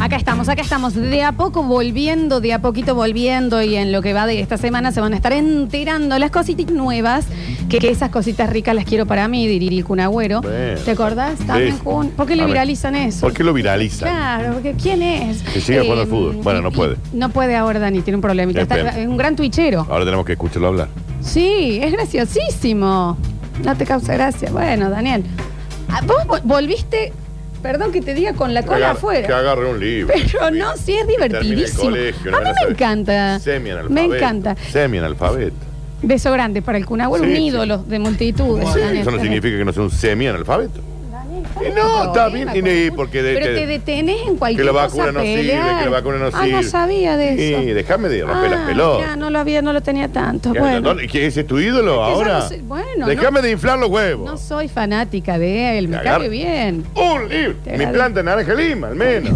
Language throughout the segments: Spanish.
Acá estamos, acá estamos. De a poco volviendo, de a poquito volviendo. Y en lo que va de esta semana se van a estar enterando las cositas nuevas. Que, que esas cositas ricas las quiero para mí, diría Kun Agüero. Bueno. ¿Te acordás? También Sí. Kun. ¿Por qué le A ver. viralizan eso? ¿Por qué lo viralizan? Claro, porque ¿quién es? Eh, Que siga jugando al fútbol. Bueno, no y- puede. Ah. y No puede ahora, Dani, tiene un problemita. Es Está- pena. es un gran tuichero. Ahora tenemos que escucharlo hablar. Sí, es graciosísimo. No te causa gracia. Bueno, Daniel. ah, Vos vo- volviste, perdón que te diga, con la cola agarre- que afuera. agarre un libro. Pero no, sí es Termina el divertidísimo. colegio. no a mí van me saber. encanta. Me Semianalfabeto. encanta. Semianalfabeto. Beso grande para el Cunagüero, Sí, un sí. ídolo de multitudes. Sí, Daniel, eso no Daniel. significa que no sea un semianalfato. Daniel, Eh, ¿cuál no, es tu está problema bien, con y el fútbol? porque este de- Pero este te que- detenés en cualquier Que la vacuna cosa no a sirve, pelear. que la vacuna no Ah, no sirve. sabía de eso. Sí, déjame de romper las Ah, pelotas. mirá, no lo había, no lo tenía tanto. ¿Qué- Bueno. dónde- qué- ¿Ese es tu ídolo Es que yo ahora? no soy- bueno, Déjame de inflar los huevos. No soy fanática de él, me Cagar. cae bien. Un libro. Te Mi agradezco. planta naranja lima, al menos.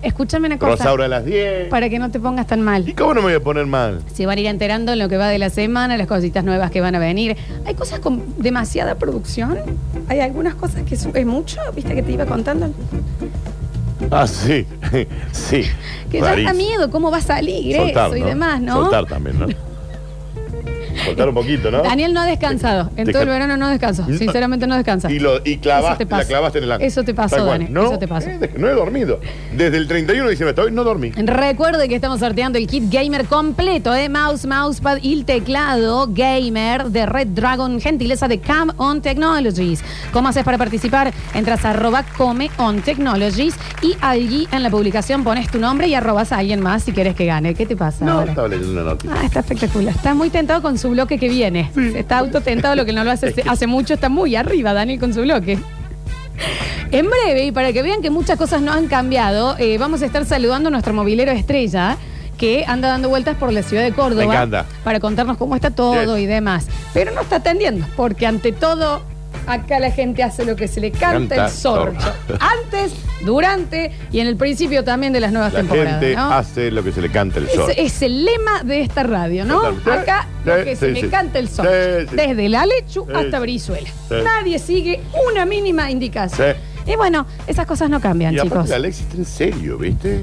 Escúchame una cosa, Rosaura a las 10. para que no te pongas tan ¿Y mal. cómo no me voy a poner mal? Se van a ir enterando en lo que va de la semana, las cositas nuevas que van a venir. Hay cosas con demasiada producción. Hay algunas cosas que su- es mucho, viste que te iba contando. Ah, sí. sí. Que ya Rarísimo. da miedo cómo va a salir Soltar, eso y ¿no? demás, ¿no? Soltar también, ¿no? Soltar un poquito, ¿no? Daniel no ha descansado. En Te- todo el verano no descansó. No. Sinceramente no descansa. Y, lo, y clavaste, Eso te pasa. la clavaste en el ángulo. Eso te pasó, Tal cual. Dani, No, eso te pasó. eh, de- no he dormido. Desde el 31 de diciembre hasta hoy no dormí. Recuerde que estamos sorteando el kit gamer completo de mouse, mousepad y el teclado gamer de Red Dragon, gentileza de Cam On Technologies. ¿Cómo haces para participar? Entras a arroba come on technologies y allí en la publicación pones tu nombre y arrobas a alguien más si quieres que gane. ¿Qué te pasa? No, ahora? estaba leyendo una noticia. Ah, está espectacular. Está muy tentado con su bloque que viene. Está autotentado, lo que no lo hace hace mucho. Está muy arriba, Daniel, con su bloque. En breve, y para que vean que muchas cosas no han cambiado, eh, vamos a estar saludando a nuestro movilero estrella que anda dando vueltas por la ciudad de Córdoba. Me encanta. Para contarnos cómo está todo Yes. y demás. Pero no está atendiendo, porque ante todo, acá la gente hace lo que se le canta, Canta el sorcho. sorcho. Antes, durante y en el principio también de las nuevas La temporadas. gente ¿no? hace lo que se le canta el sol. Es, es el lema de esta radio, ¿no? Totalmente. Acá Sí, lo que se sí, me sí. canta el sol. Sí, sí. Desde la lechu hasta sí. Brizuela. Sí. Nadie sigue una mínima indicación. Sí. Y bueno, esas cosas no cambian, y aparte chicos. la Alexis está en serio, ¿viste?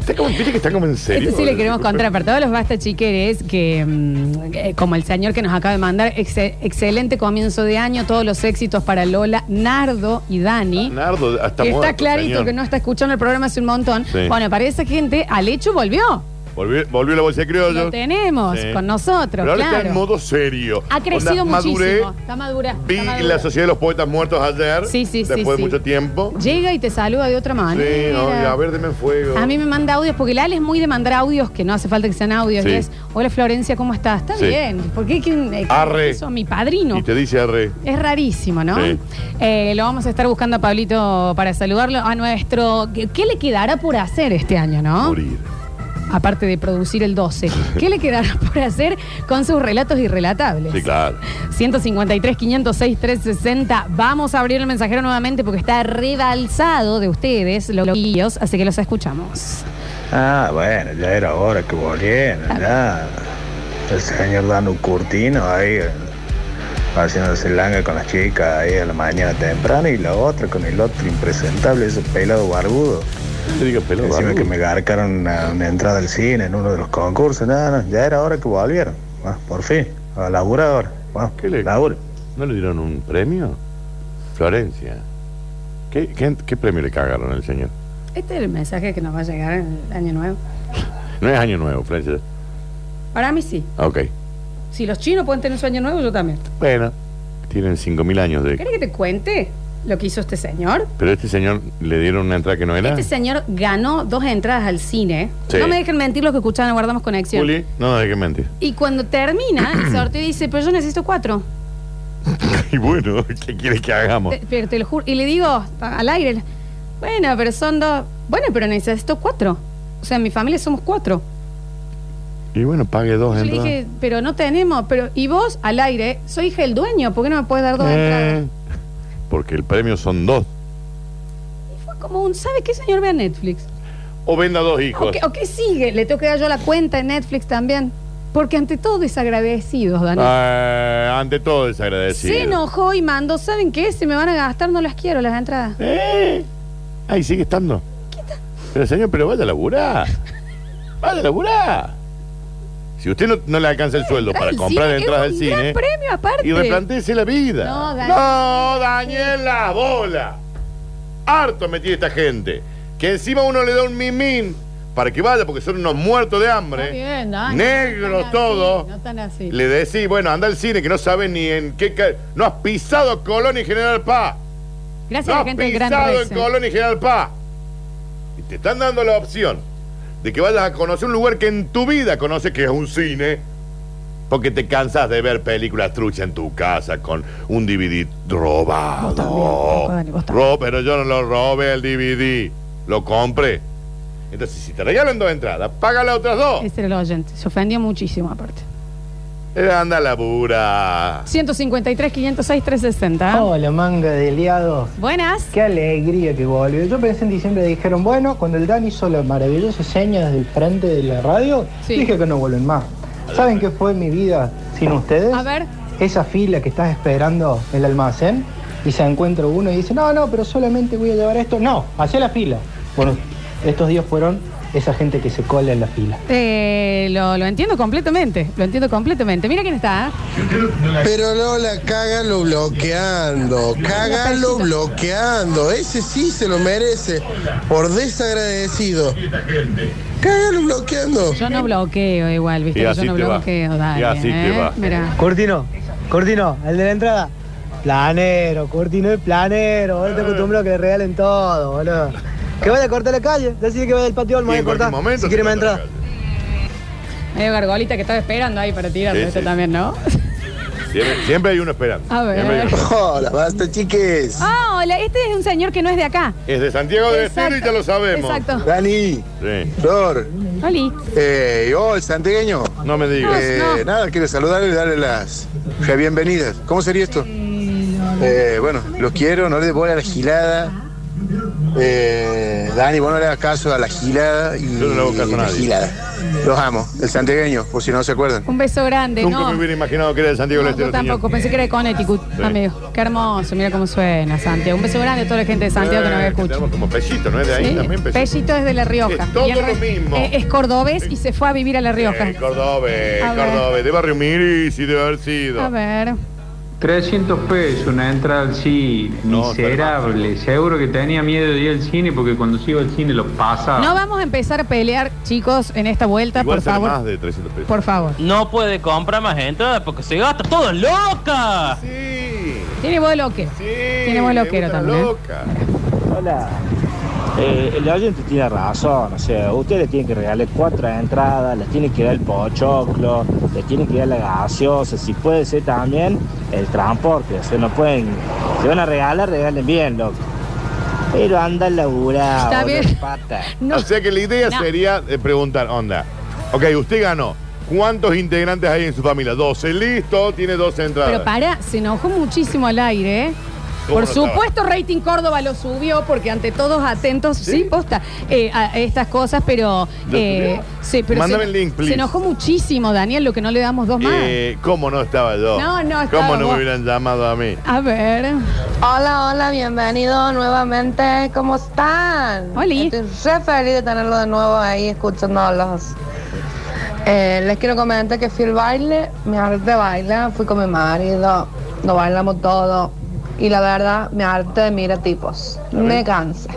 Está como, ¿Viste que está como en serio? Esto sí le queremos contar para todos los basta chiqueres que, mm, eh, como el señor que nos acaba de mandar, exe- excelente comienzo de año, todos los éxitos para Lola, Nardo y Dani. Nardo, hasta que está Ah, muerto, clarito señor. que no está escuchando el programa hace un montón. Sí. Bueno, para esa gente, Alechu volvió. Volvió, volvió la bolsa de criollo. Lo tenemos Sí. con nosotros, Pero ahora claro. está en modo serio. Ha crecido Onda, muchísimo. Maduré, Está madura. está vi madura. la Sociedad de los Poetas Muertos ayer. Sí, sí, sí, Después sí. de mucho tiempo. Llega y te saluda de otra manera. Sí, no, y a ver, deme fuego. A mí me manda audios, porque Lale es muy de mandar audios, que no hace falta que sean audios. Sí. Y es, hola Florencia, ¿cómo estás? Está Sí. bien. ¿Por qué? ¿Quién- eh, Arre. Eso, mi padrino. Y te dice Arre. Es rarísimo, ¿no? Sí. Eh, lo vamos a estar buscando a Pablito para saludarlo. A nuestro. ¿Qué, qué le quedará por hacer este año, no? Morir. Aparte de producir el 12. ¿Qué le quedará por hacer con sus relatos irrelatables? Sí, claro. 153 506 360. Vamos a abrir el mensajero nuevamente porque está rebalsado de ustedes, los loquillos, así que los escuchamos. Ah, bueno, ya era hora que volvieran, ya. El señor Danu Curtino ahí eh, haciéndose langa con las chicas ahí a la mañana temprano y la otra con el otro impresentable, ese pelado barbudo. No te digas pelado. Encima barbudo. que me garcaron una, una entrada al cine en uno de los concursos, nada, no, ya era hora que volvieran. Ah, por fin, a laburar ahora. Bueno, ¿Qué le- labure. ¿No le dieron un premio? Florencia. ¿Qué, qué, qué premio le cagaron al señor? Este es el mensaje que nos va a llegar en el año nuevo. No es año nuevo, Florencia. Para mí sí. Ah, ok. Si los chinos pueden tener su año nuevo, yo también. Bueno, tienen 5.000 años de... ¿Querés que te cuente lo que hizo este señor? Pero a este señor le dieron una entrada que no era. Este señor ganó dos entradas al cine. Sí. No me dejen mentir los que escuchaban, guardamos conexión. Juli, no, hay que mentir. Y cuando termina el sorteo dice, pero yo necesito cuatro. Y bueno, ¿qué quieres que hagamos? Te- pero te lo juro. Y le digo al aire, bueno, pero son dos. Bueno, pero necesito cuatro. O sea, en mi familia somos cuatro. Y bueno, pague dos Yo le entradas. dije, pero no tenemos. Pero, y vos, al aire, soy hija del dueño, ¿por qué no me puedes dar dos entradas? Eh, porque el premio son dos. Y fue como un, ¿sabe qué señor ve a Netflix? O venda dos ¿O hijos. qué, o qué sigue? Le tengo que dar yo la cuenta en Netflix también. Porque ante todo desagradecidos, Daniel. Eh, ante todo desagradecido. Se enojó y mandó, ¿saben qué? Si me van a gastar, no las quiero las entradas. Eh, ahí sigue estando. ¿Qué Pero señor, pero vaya a laburar. Vaya a laburar. Si usted no, no le alcanza el sueldo Entra para al comprar cine, entradas es al un cine. gran premio aparte. Y replanteese la vida. No, Daniel. No, Daniel, la bola. Harto metí esta gente. Que encima uno le da un mimín para que vaya porque son unos muertos de hambre. Está bien, Dani, no Negros están así, todos. no están así. Le decís, bueno, anda al cine que no sabes ni en qué. ca- No has pisado Colón y General Paz. Gracias No a la has gente de Gran pisado en Rex, eh. Colón y General Paz. Y te están dando la opción de que vayas a conocer un lugar que en tu vida conoces que es un cine. Porque te cansas de ver películas truchas en tu casa con un DVD robado. Vos también, loco, Dani, vos también. Ro- pero yo no lo robé el DVD. Lo compré. Entonces, si te regalan dos entradas, paga las otras dos. Ese era el oyente. Se ofendió muchísimo aparte. Eh, Anda a labura. 153, 506, 360. Hola, Oh, manga de liados. Buenas. Qué alegría que volvió. Yo pensé en diciembre, dijeron, bueno, cuando el Dani hizo la maravillosa seña desde el frente de la radio, Sí. dije que no vuelven más. ¿Saben qué fue mi vida sin ustedes? A ver. Esa fila que estás esperando en el almacén y se encuentra uno y dice, no, no, pero solamente voy a llevar esto. No, hacé la fila. Bueno, estos días fueron esa gente que se cola en la fila. Eh, lo, lo entiendo completamente. Lo entiendo completamente. Mira quién está. ¿eh? Pero Lola, cágalo bloqueando, cágalo bloqueando. Ese sí se lo merece, por desagradecido. Cágalo bloqueando. Yo no bloqueo igual, ¿viste? Y Yo así no te va. bloqueo, Y dale. así te ¿eh? va. Mira. Cortino, Cortino, el de la entrada. Planero, Cortino es planero. Ahora te acostumbro a que le regalen todo, boludo. Que vaya a cortar la calle. Decide que vaya del patio, me Y voy en a cortar. cualquier momento si te quiere más cortan la entrada. Medio gargolita que estaba esperando ahí para tirar Sí, esto sí. también, ¿no? calle. Siempre, siempre hay uno esperando. A ver. Siempre hay uno. Hola, basta chiques. Ah, hola. Este es un señor que no es de acá. Es de Santiago del Estero y Exacto. ya lo sabemos. Exacto. Dani, Sí. Flor, Oli. eh, oh, el santegueño. No me digas. Eh, No. Nada, quiero saludarle y darle las las bienvenidas. ¿Cómo sería esto? Eh, bueno, los quiero, no le bola a la gilada. Eh, Dani, vos no le hagas caso a la gilada y Yo no le hago caso a la nadie. gilada. Los amo, el santegueño, por si no se acuerdan. Un beso grande. Nunca no. me hubiera imaginado que era de Santiago No, del Estero. yo tampoco, pensé que era de Connecticut, Sí. amigo. Qué hermoso, mira cómo suena, Santiago. Un beso grande a toda la gente de Santiago que nos escucha. Eh, Tenemos como Pellito, ¿no es de ahí Sí, también? Pellito es de La Rioja. Es todo Y el lo re- mismo. eh, Es, cordobés y se fue a vivir a La Rioja. Eh, Cordobés, A ver. Cordobés, de Barrio Miris y debe haber sido. A ver. 300 pesos una entrada al cine, No, está miserable. Seguro que tenía miedo de ir al cine porque cuando se iba al cine lo pasaba. No vamos a empezar a pelear, chicos, en esta vuelta, Ah. Igual por sale favor. más de 300 pesos. Por favor. No puede comprar más entradas porque se gasta todo loca. Sí, Tiene voz de loquero. sí. Tiene voz de loquero una también. ¿eh? Loca. Hola. Eh, el oyente tiene razón, o sea, ustedes tienen que regalar cuatro entradas, les tienen que dar el pochoclo, les tienen que dar la gaseosa, si puede ser también el transporte, o sea, no pueden, si van a regalar, regalen bien, loco. Pero anda laburado, Está boludo, bien. pata. No. O sea que la idea No. sería eh, preguntar, onda. Ok, usted ganó. ¿Cuántos integrantes hay en su familia? 12, listo, tiene 12 entradas. Pero para, se enojó muchísimo al aire, ¿eh? ¿Cómo Por no supuesto, Rating Córdoba lo subió porque ante todos atentos, sí, posta, eh, a estas cosas, pero. ¿Lo eh, subió? sí, pero Mándame se, el link, please. se enojó muchísimo, Daniel, lo que no le damos dos más. Eh, ¿Cómo no estaba yo? No, no estaba ¿Cómo no vos. me hubieran llamado a mí? A ver. Hola, hola, bienvenido nuevamente. ¿Cómo están? Oli. Estoy re feliz de tenerlo de nuevo ahí escuchándolos. Eh, les quiero comentar que fui al baile, me harté de bailar, fui con mi marido, nos bailamos todo. Y la verdad, me harté de mirar tipos. Me cansé.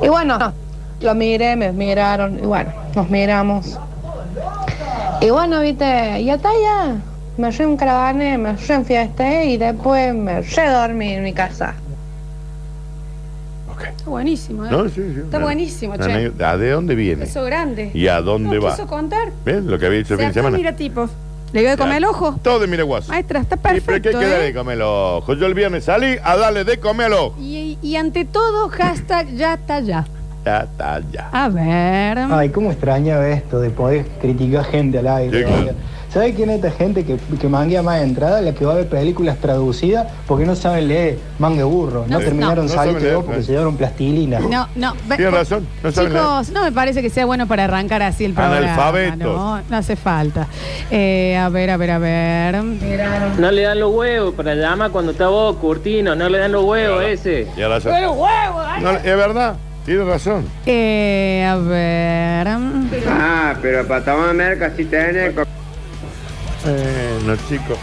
Y bueno, lo miré, me miraron, y bueno, nos miramos. Y bueno, viste, y hasta allá. Me re un caravane, me re enfiesté y después me re dormí en mi casa. Ok. Está buenísimo, ¿eh? No, sí, sí, Está una- buenísimo, una che. anécdota. ¿A de dónde viene? Eso grande. ¿Y a dónde No va? quiso contar. ¿Ves lo que había dicho el fin de Se hartó, semana? mira, tipos. Le dio de comer el ojo. Todo de miraguaso. Maestra, está ¿Y pero qué hay perfecto. que darle ¿eh? de comer el ojo? Yo el viernes salí a darle de comer al ojo. Y, y ante todo, hashtag ya está ya. Ya está, ya. A ver. Ay, cómo extrañaba esto de poder criticar gente al aire. Sí, claro. ¿Sabes quién es esta gente que, que manguea más entrada? La que va a ver películas traducidas porque no saben leer manga burro. No, No, terminaron no. No saliendo saben leer, porque ¿no? se llevaron plastilina. No, no. ve- Tiene razón, no saben Chicos, no me parece que sea bueno para arrancar así el programa. Analfabetos. No, no hace falta. Eh, a ver, a ver, a ver. No le dan los huevos para llama cuando está vos, Curtino. No le dan los huevos ese. Ya razón. No, es verdad. Tienes razón. Eh, a ver. Ah, pero para tomar merca sí tenés. co- Bueno, chicos.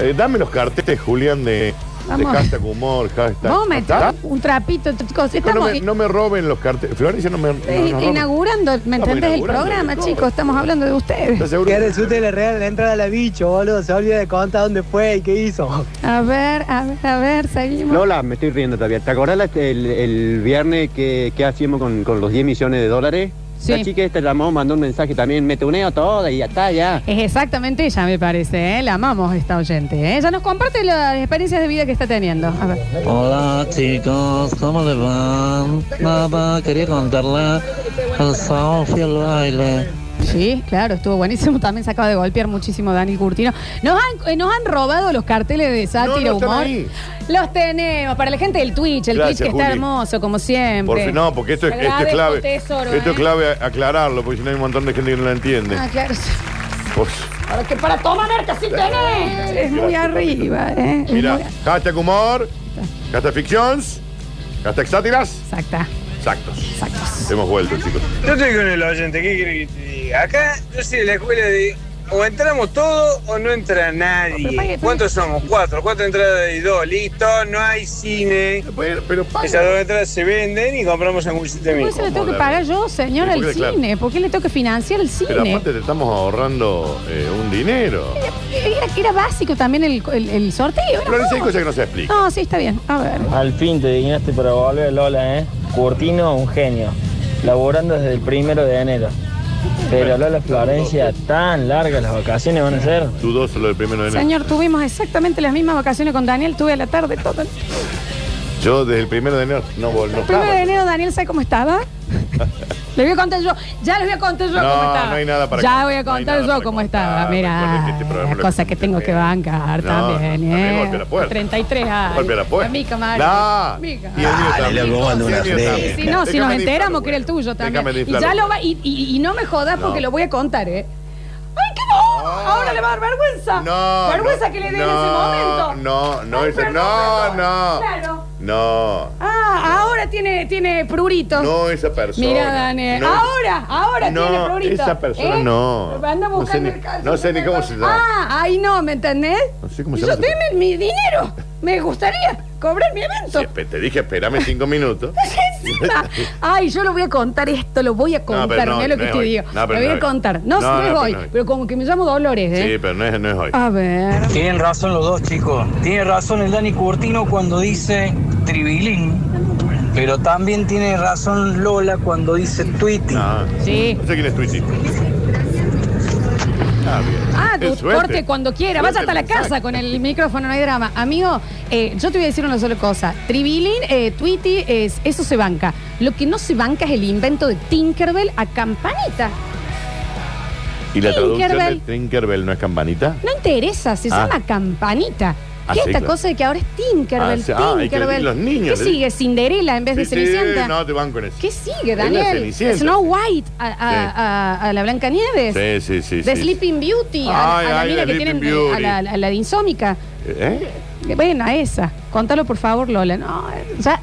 Eh, dame los carteles, Julián, de, de Vamos. hashtag humor, hashtag. Vos me ¿Está? un trapito, chicos. No, no Estamos me, no me roben los carteles. Florencia, no me. no, eh, no, no. inaugurando, ¿me entendés? El inaugurando, programa, no. chicos. Estamos hablando de ustedes. seguro? ¿Qué resulta le real la entrada a la bicho, boludo? Se olvida de contar dónde fue y qué hizo. A ver, a ver, a ver, seguimos. Lola, me estoy riendo todavía. ¿Te acordás la- el, el viernes que, que hacíamos con, con los 10 millones de dólares? La chica esta llamó, mandó un mensaje también, me tuneo toda y ya está, ya. Es exactamente ella, me parece. ¿eh? La amamos esta oyente. ¿eh? Ella nos comparte las experiencias de vida que está teniendo. A ver. Hola chicos, ¿cómo les va? Nada, quería contarle el Sofi al baile. Sí, claro, estuvo buenísimo. También se acaba de golpear muchísimo Dani Curtino. Nos han, eh, nos han robado los carteles de sátira no están humor. ahí. Los tenemos para la gente del Twitch, el Gracias, Twitch que está Juli. hermoso, como siempre. Por si no, porque esto es, esto es Agradezco, clave. tesoro, esto ¿eh? es clave aclararlo, porque si no hay un montón de gente que no lo entiende. Ah, claro. Por- Para que para tomar merca sí tenés. Es muy Gracias, arriba, ¿eh? Es Mira, muy- hashtag humor, hashtag ficciones, hashtag sátiras. Exacta. Exactos. Hemos vuelto, chicos. Yo estoy con el oyente, ¿qué quiere que te diga? Acá, yo soy de la escuela de o entramos todos o no entra nadie. ¿Cuántos somos? Cuatro, cuatro entradas y dos, listo, no hay cine. Pero, pero Esas dos entradas se venden y compramos en un ¿Por qué se le tengo que pagar yo, señor, Sí, al porque, claro. cine? ¿Por qué le tengo que financiar el cine? Pero aparte te estamos ahorrando eh, un dinero. Era, era básico también el, el- el sorteo. era Florencia, hay todo. cosas que no se explican. No, sí, está bien. A ver. Al fin te dignaste para volver, Lola, ¿eh? Curtino, un genio. Laborando desde el primero de enero. Pero Lola Florencia, tan largas las vacaciones van a ser. Dudoso lo del primero de enero. Señor, tuvimos exactamente las mismas vacaciones con Daniel, tuve a la tarde todo. El Yo desde el primero de enero no vol- no primero estaba. de enero, Daniel, ¿sabe cómo estaba? Le voy a contar yo, ya les voy a contar yo No, cómo estaba. no hay nada para Ya con- voy a no hay contar nada yo cómo estaba. Recuerden que Mira, este programa lo cosas que tengo que bancar No, también, no, también ¿eh? golpea la puerta. 33 años. Golpea la puerta. Mi camarada. No. Mi camarada. Y el mío también. loco, manda una Y el mío flecha. también. Sí, no, si nos Déjame disfrutar, enteramos que era el tuyo también. Déjame Y inflarlo. ya lo va, y, y- y no me jodas porque No. lo voy a contar, ¿eh? ¡Ay, qué no! Ahora le va a dar vergüenza. No, vergüenza no, que le dé en no, ese momento. No, no, ese- no, no. Claro. No. Ah, ahora tiene, tiene prurito. No, esa persona. Mira, Dani. eh. No. Ahora, ahora No, tiene prurito. esa persona ¿Eh? no. Anda No sé buscando ni, el calcio. no sé ni cómo se llama. Ah, ahí no, ¿me entendés? No sé cómo Y se yo llama. deme mi dinero. Me gustaría cobrar mi evento. Sí, pe- te dije, espérame cinco minutos. Encima. Ay, yo lo voy a contar esto, lo voy a pero contar, no, mirá lo que no es te hoy. digo. No, pero lo voy no a es hoy. contar. No, No, sé no, no es pero hoy, no es hoy. pero como que me llamo Dolores, ¿eh? Sí, pero no es, no es hoy. A ver. Tienen razón los dos, chicos. Tiene razón el Dani Curtino cuando dice tribilín. Pero también tiene razón Lola cuando dice tweeting. Sí. No sé quién es Twitty. Ah, bien. Ah, Qué tu suerte. corte cuando quiera. Vaya Suerte hasta la el mensaje. casa con el micrófono, no hay drama. Amigo, eh, yo te voy a decir una sola cosa. Tribilín, eh, Tweety, es, eso se banca. Lo que no se banca es el invento de Tinkerbell a campanita. ¿Y la traducción de Tinkerbell. Tinkerbell no es campanita? No interesa, se Ah. llama campanita. ¿Qué Ah, sí, esta claro. cosa de que ahora es Tinkerbell? Ah, sí, ah, y que Tinkerbell. los niños, ¿Qué le- sigue? ¿Cinderella en vez de Sí, sí, Cenicienta? no, te van con eso. ¿Qué sigue, Es la Daniel? Cenicienta. Snow White a, a- a- a la Blanca Nieves. Sí, sí, sí. de sí. Sleeping Beauty, a, Ay, a la ay, mina de que Sleeping tienen, eh, a la, a la de Insómica. ¿Eh? Bueno, a esa. Contalo, por favor, Lola. No, ya,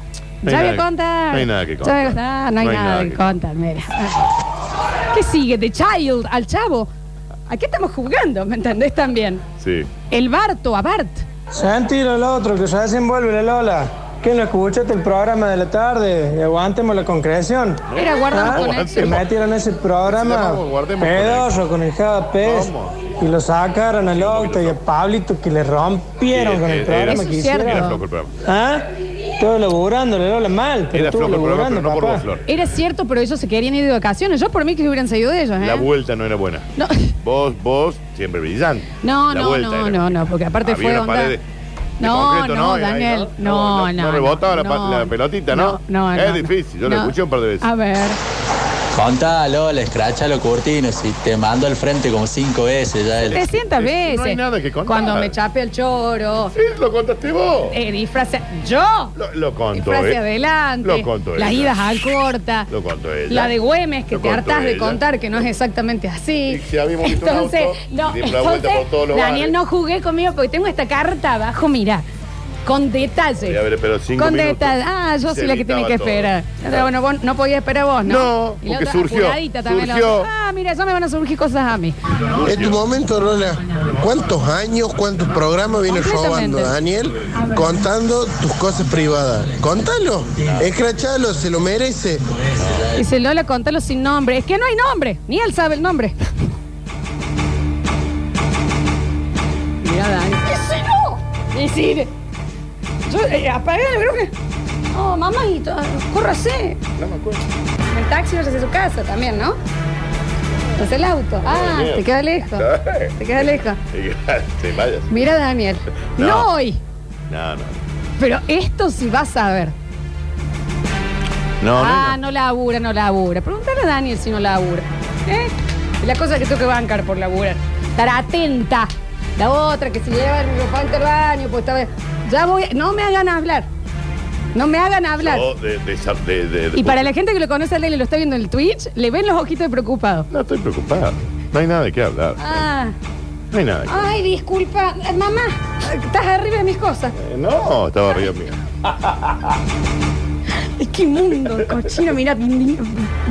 ya voy No hay a nada- contar. no hay nada que Ya contar. voy a contar, no hay nada que contar, mira. ¿Qué sigue? The Child, al chavo. ¿A qué estamos jugando? ¿Me entendés también? Sí. El Barto, a Bart. Santi, el otro, que se desenvuelve la Lola. Que no escuchaste este, el programa de la tarde. Y aguantemos la concreción. Era Ah, guardamos conexión. Se metieron ese programa Vamos, guardemos pedorro con el Java Pez. Y lo sacaron al Octa y a Pablito que le rompieron Sí, con eh, el programa eh, Eso que es hicieron. cierto. Era flojo el programa. ¿Ah? Estuvo laburando, la Lola mal. Pero Era estuvo flojo el programa, laburando, pero no por papá. vos, Flor. Era cierto, pero ellos se querían ir de vacaciones. Yo por mí que hubieran seguido de ellos, ¿eh? La vuelta no era buena. No. Vos, vos, siempre brillante. No, La no, vuelta no, era. no, no, porque aparte Había fue una onda. pared de- de no, concreto, no, ¿no? Era ahí, Daniel, no, no, no, No rebotaba la, pa- no. la pelotita, ¿no? No, no, Es no. difícil, yo lo No. escuché un par de veces. A ver. Contá, Lola, escrachalo, Curtino, si te mando al frente como cinco veces ya. él- 300 veces. no hay nada que contar. Cuando me chape el choro. Sí, lo contaste vos. Eh, disfrace. Yo. Lo, lo contó. Disfrace eh. adelante. Lo contó Las ella. idas al corta. Lo contó ella. La de Güemes, que Lo te contó hartás de ella. contar, que no es exactamente así. si habíamos visto un entonces, auto, no, dimos la vuelta entonces, por todos los Daniel, bares. no jugué conmigo porque tengo esta carta abajo, mirá. con detalle. Voy a ver, pero cinco con minutos. detalle. Ah, yo Se soy la que tiene que evitaba todo. esperar. Claro. Bueno, vos no podías esperar vos, ¿no? No, Y la porque otra surgió, apuradita también la surgió. otra. Ah, mira, ya me van a surgir cosas a mí. En tu momento, Lola, ¿cuántos años, cuántos programas vienes Completamente. robando, Daniel? Contando tus cosas privadas. Contalo, escrachalo, se lo merece. Dice Lola, contalo sin nombre. Es que no hay nombre. Ni él sabe el nombre. Mira, Dani. ¿Qué sé yo? Decir. Yo eh, apagué el brujo. No, mamá, y todo. Oh, Córrase. No me acuerdo. El taxi vaya a su casa también, ¿no? Entonces el auto. Ah, Dios mío. te queda lejos. Te queda lejos. Te vayas. Mira, Daniel. No. No. hoy. No, no. Pero esto sí vas a ver. No, ah, no. labura, no labura. Pregúntale a Daniel si no labura. ¿Eh? Y La cosa que tengo que bancar por laburar. Estar atenta. La otra que se lleva el ropa al baño, pues esta vez. Ya voy. No me hagan hablar. No me hagan hablar. Yo de- de esa- de- de- de- Y para la gente que lo conoce a Lele y lo está viendo en el Twitch, le ven los ojitos de preocupado. No estoy preocupado. No hay nada de qué hablar. Ah. No hay nada. de qué- Ay, disculpa. Eh, Mamá, estás arriba de mis cosas. Eh, No, estaba arriba mío. Es que mundo, cochino, mira.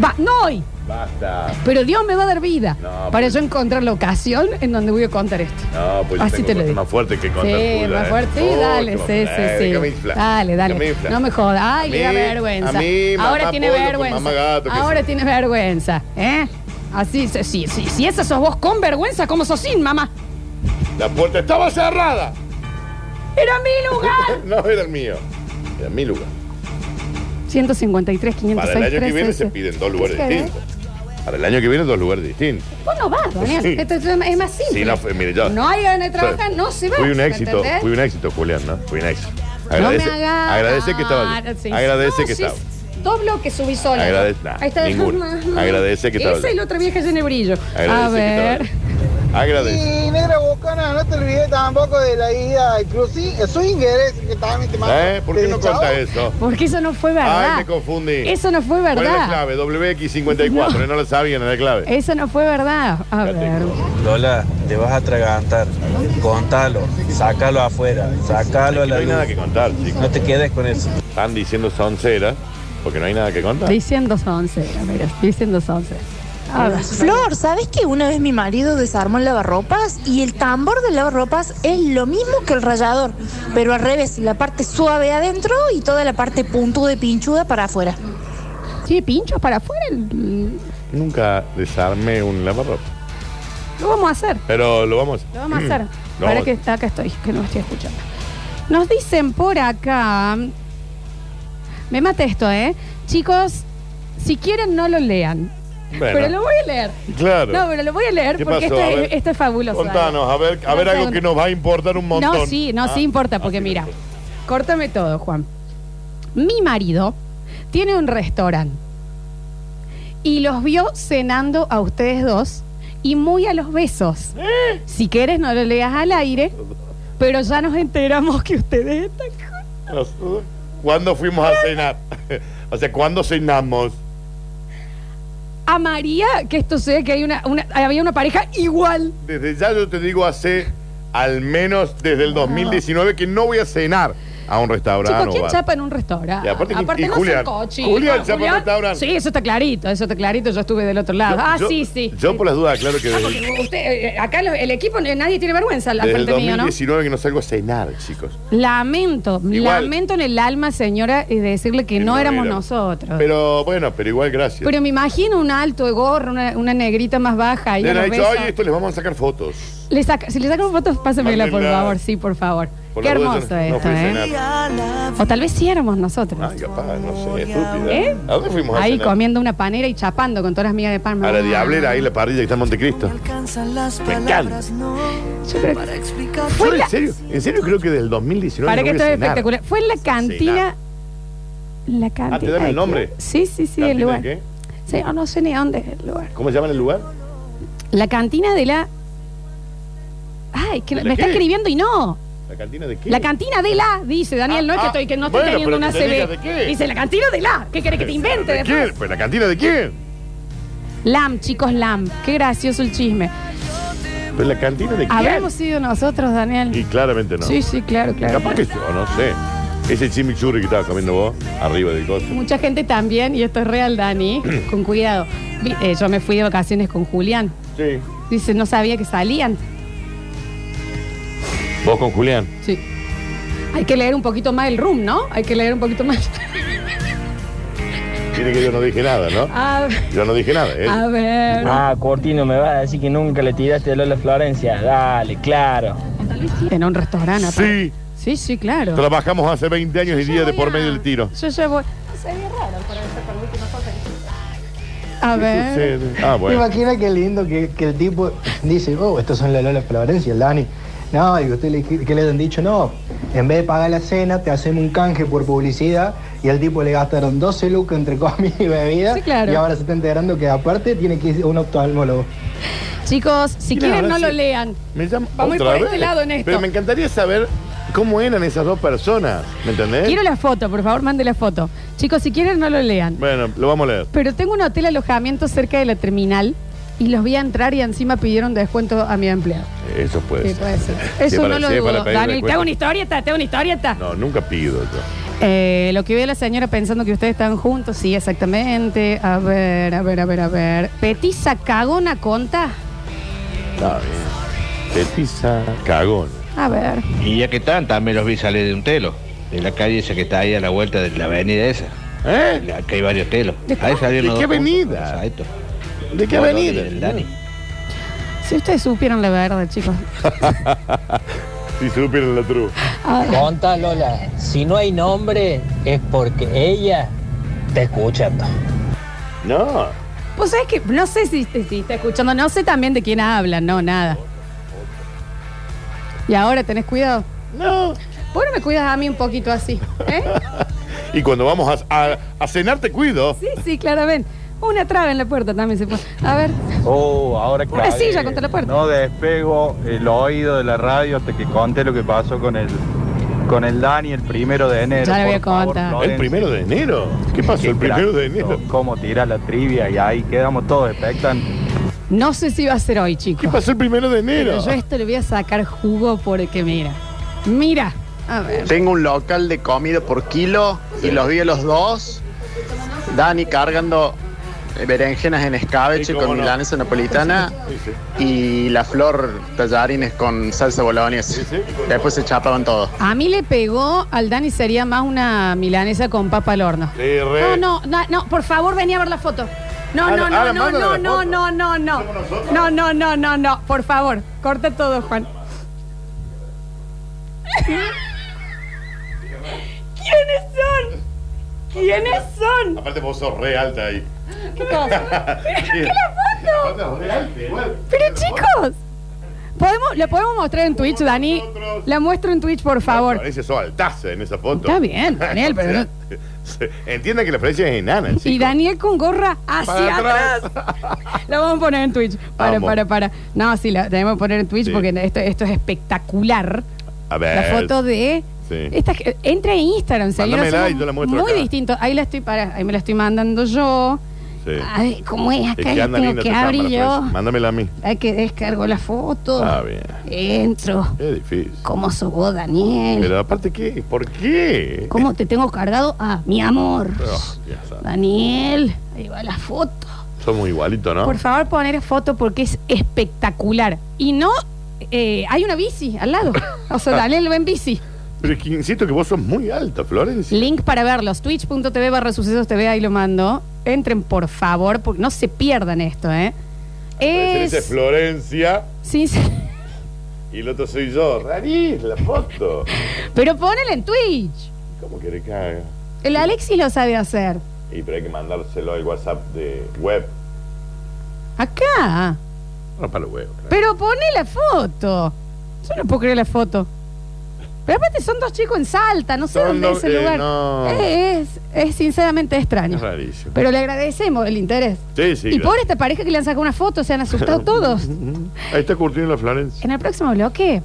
Va, no hoy. Basta. Pero Dios me va a dar vida No, para pues- yo encontrar la ocasión en donde voy a contar esto. No, pues yo Así tengo te lo cosas digo. más fuerte que contar sí, tuya, más ¿eh? fuerte. Oh, dale, qué sí, más- sí, eh, sí. que me infla. Dale, Que me dale. infla. No me jodas. Ay, A le da mí- vergüenza. a mí, mamá Ahora tiene pollo con vergüenza. mamá gato, que Ahora sí. tiene vergüenza. ¿Eh? Así, si, si, si, si esa sos vos con vergüenza, ¿cómo sos sin, mamá? La puerta estaba cerrada. ¡Era mi lugar! no era el mío. Era mi lugar. 153, 506, Para el año que viene se 13. piden dos lugares ¿Qué querés? distintos. Para el año que viene dos lugares distintos. Vos no vas, Daniel. Sí. Esto es más simple. Sí, no, fue- mire, yo. No hay ganas de trabajar, no se va, Fui un ¿me éxito, entendés? fui un éxito, Julián, ¿no? Fui un éxito. no me hagas. agradece que estaba. Ah, sí. Agradece No, que sí, estaba. Dos bloques subí sola. Agradece- nah, ninguno. Agradece que estaba- Esa y la otra vieja llena de brillo. Agradece a ver. Agradece. Y negra bocana, no te olvides tampoco de la ida al cruci, el swing eres que también te manda. ¿Eh? ¿Por qué no conta eso? Porque eso no fue verdad. Ay, me confundí. Eso no fue ¿Cuál es la verdad. clave? WX54, no, Eh, la sabían, era la clave. Eso no fue verdad. A ver. Lola, te vas a atragantar. Contalo, sácalo afuera, sácalo a No la hay luz. nada que contar, chicos. No te quedes con eso. Están diciendo soncera, porque no hay nada que contar. Dicen 211. A ver, dicen 211. A ver. Flor, ¿sabes que una vez mi marido desarmó el lavarropas y el tambor del lavarropas es lo mismo que el rallador, pero al revés, la parte suave adentro y toda la parte puntuda y pinchuda para afuera? Sí, pinchos para afuera. el- Nunca desarmé un lavarropa. Lo vamos a hacer. Pero lo vamos a hacer. Mm. Lo vamos a hacer. Lo Para vamos que a está, acá estoy, que no me estoy escuchando. Nos dicen por acá. Me mata esto, ¿eh? Chicos, si quieren, no lo lean. Bueno. Pero lo voy a leer. Claro. No, pero lo voy a leer ¿Qué porque pasó? esto A es, ver. esto es fabuloso. Contanos, a ver, a ver No, algo no. que nos va a importar un montón. No, sí, no, Ah, sí importa, porque mira, córtame todo, Juan. Mi marido tiene un restaurante y los vio cenando a ustedes dos y muy a los besos. ¿Eh? Si quieres, no lo leas al aire, pero ya nos enteramos que ustedes están. Nosotros, ¿Cuándo fuimos a cenar? o sea, ¿cuándo cenamos? A María, que esto sea que hay una, una- había una pareja igual. Desde ya yo te digo hace al menos desde el 2019 que no voy a cenar a un restaurante. Chicos, o ¿quién bar. chapa en un restaurante? Y aparte, ¿quién- y no Julián? son cochinos. Julián chapa en un restaurante. Sí, eso está clarito, eso está clarito. Yo estuve del otro lado. Yo- ah, yo- sí, sí. Yo por las dudas, claro que Ah, desde, porque usted, eh, acá lo- el equipo, eh, nadie tiene vergüenza al al desde el frente mío, ¿no? 2019 que no salgo a cenar, chicos. Lamento, Igual. lamento en el alma, señora, y decirle que no, no éramos era. nosotros. Pero, Pero bueno, pero igual gracias. me imagino un alto de gorro, una, una negrita más baja. Y Le a los han dicho, besos. ay, esto les vamos a sacar fotos. Le saca- si le sacan fotos, pásenmela, por Mándenla. favor, sí, por favor. Por Qué las dudas, hermoso yo no- no esto, fui a ¿eh? O tal vez sí éramos nosotros. Ay, capaz, no sé, estúpida. ¿Eh? ¿A dónde fuimos a Ahí cenar? comiendo una panera y chapando con todas las migas de pan. A la diablera, ahí la parrilla que está en Montecristo. Me encanta. Yo creo Para que- Yo, Fue en la- serio, en serio creo que del 2019 Para no que voy esto a es cenar. espectacular. Fue en la cantina. La cantina. Ah, ¿te dan el Ay, nombre? Sí, sí, sí, ¿Cantina el de lugar. qué? Sí, o no sé ni dónde es el lugar. ¿Cómo se llama el lugar? La cantina de la. Ay, que ¿De la me está qué? escribiendo y no. ¿La cantina de qué? Ah, La cantina de la, dice Daniel, no es que estoy que no estoy bueno, teniendo pero una que te diga de CB. qué. Dice la cantina de la. ¿Qué querés que te invente? ¿De quién? después? Pues la cantina de quién? Lam, chicos, Lam. Qué gracioso el chisme. Pero Pues la cantina de quién? Habremos sido nosotros, Daniel. Y claramente no. Sí, sí, claro, claro. Capaz que yo, no sé. Ese chimichurri que estabas comiendo vos, arriba del coche. Mucha gente también, y esto es real, Dani, con cuidado. Vi- eh, yo me fui de vacaciones con Julián. Sí. Dice, no sabía que salían. Vos con Julián. Sí. Hay que leer un poquito más el room, ¿no? Hay que leer un poquito más. Tiene que yo no dije nada, ¿no? A, Yo no dije nada, ¿eh? a ver. Ah, Cortino, me vas a decir que nunca le tiraste a Lola Florencia. Dale, claro. En un restaurante. aparte. Sí, Sí, sí, claro. trabajamos hace 20 años y día de por medio del tiro. Yo ya voy. Sería raro para hacer con la última cosa que A ver. Sí, Ah, bueno. Imagina qué lindo que, que el tipo dice, oh, estos son la Lola Florencia, el Dani. No, y usted le, ¿qué le han dicho? No, en vez de pagar la cena, te hacemos un canje por publicidad y al tipo le gastaron 12 lucas entre comida y bebida. Sí, claro. Y ahora se está enterando que aparte tiene que ir a un oftalmólogo. Chicos, si Mira, quieren, ahora no sí. lo lean. Me llamo Vamos a ir otra por este vez. lado en esto. Pero me encantaría saber cómo eran esas dos personas, ¿me entendés? Quiero la foto, por favor, mande la foto. Chicos, si quieren, no lo lean. Bueno, lo vamos a leer. Pero tengo un hotel alojamiento cerca de la terminal y los vi a entrar y encima pidieron descuento a mi empleado. Eso puede Sí, ser. puede ser. Sí, Eso para- no lo sí, para dudo. pedir Daniel, te recuerdo. hago una historieta, te hago una historieta. No, nunca pido yo. Eh, lo que veo la señora pensando que ustedes están juntos, sí, exactamente. A ver, a ver, a ver, a ver. Petisa cagona conta. No, Petiza cagón. A ver. Y ya que están, también los vi salir de un telo. De la calle esa que está ahí a la vuelta de la avenida esa. ¿Eh? Que hay varios telos. ¿De ahí cu- salieron de los qué dos avenida? juntos, exacto. ¿De qué Bueno, avenida? y el Dani. Si ustedes supieran la verdad, chicos. Si supieron la tru. Conta Lola, si no hay nombre es porque ella te escucha. No. Pues sabés que no sé si, te- si está escuchando, no sé también de quién habla, no, nada. Y ahora tenés cuidado. No. ¿Por qué no me cuidas a mí un poquito así? ¿Eh? Y cuando vamos a, a- a cenar te cuido. Sí, sí, claramente. Una traba en la puerta también se puede. A ver. Oh, ahora Una cagué. silla contra la puerta. No despego el oído de la radio hasta que conte lo que pasó con el con el Dani el primero de enero. Ya le voy a Por favor, contar. Florencia. ¿El primero de enero? ¿Qué pasó el primero de cracazo, ¿Cómo tira la trivia? Y ahí quedamos todos expectan. No sé si va a ser hoy, chicos. ¿Qué pasó el primero de enero? Pero yo a esto le voy a sacar jugo porque mira. Mira. A ver. Tengo un local de comida por kilo y los vi a los dos. Dani cargando eh, berenjenas en escabeche con milanesa napolitana y la flor tallarines con salsa boloñesa. Después se chapaban todo. A mí le pegó al Dani sería más una milanesa con papa al horno. Sí, No, no, no, no, por favor, vení a ver la foto. No, Ah, no, ah, no, no, mándala no, la no, no, no, no. No, no, no, no, no. Por favor, corta todo, Juan. ¿Quiénes son? ¿Quiénes son? Aparte vos sos re alta ahí. ¿Qué cosa? ¿Qué la foto? Re alta igual. Pero chicos, ¿podemos, ¿la podemos mostrar en Twitch, Dani? La muestro en Twitch, por favor. Florencia sos altaza en esa foto. Está bien, Daniel, pero no- Entienda que la Florencia es enana. Y Daniel con gorra hacia Para atrás. atrás. Lo vamos a poner en Twitch. Para, Vamos. para, para. No, sí, la tenemos que poner en Twitch Sí. porque esto, esto es espectacular. A ver. La foto de. Sí. Esta, que- entra en Instagram, señor. Mándamela somos y yo la muestro Muy acá. distinto. Ahí la estoy para, ahí me la estoy mandando yo. Sí. Ay, ¿cómo es? Ah, Acá la anda tengo linda que tu abrir cámara, yo. Florencia. Mándamela a mí. Hay que descargo la foto. Ah, bien. Entro. Es difícil. ¿Cómo sos vos, Daniel? Pero aparte, ¿qué? ¿Por qué? ¿Cómo te tengo cargado? Ah, mi amor. Oh, ya sabes. Daniel. Ahí va la foto. Somos igualitos, ¿no? Por favor, poner foto porque es espectacular. Y no, eh, hay una bici al lado. O sea, Daniel lo ve en bici. Pero es que insisto que vos sos muy alta, Florencia. Link para verlos, twitch.tv barra sucesos TV, ahí lo mando. Entren, por favor, porque no se pierdan esto, ¿eh? Ese es Es... Florencia Sí, sí. y el otro soy yo. Rarís, la foto. Pero ponela en Twitch. ¿Cómo querés que haga? El Alexis lo sabe hacer. Y pero hay que mandárselo al WhatsApp de web. Acá. No para los huevos. Pero pone la foto. Yo no puedo creer la foto. Pero aparte son dos chicos en Salta, no sé Son dónde dos- es el eh, lugar. no. Eh, es, es sinceramente extraño. Es rarísimo. Pero le agradecemos el interés. Sí, sí. y gracias. por esta pareja que le han sacado una foto, se han asustado todos. Ahí está Curtino y la Florencia. En el próximo bloque,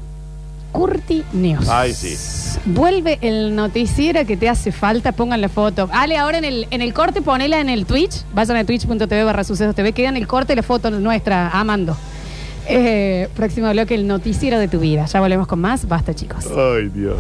Curti News. Ay, sí. Vuelve el noticiero que te hace falta, pongan la foto. Ale, ahora en el, en el corte ponela en el Twitch. Vayan a twitch.tv barra sucesos TV, queda en el corte la foto nuestra, amando. Eh, próximo bloque, el noticiero de tu vida. Ya volvemos con más. Basta, chicos. Ay, Dios.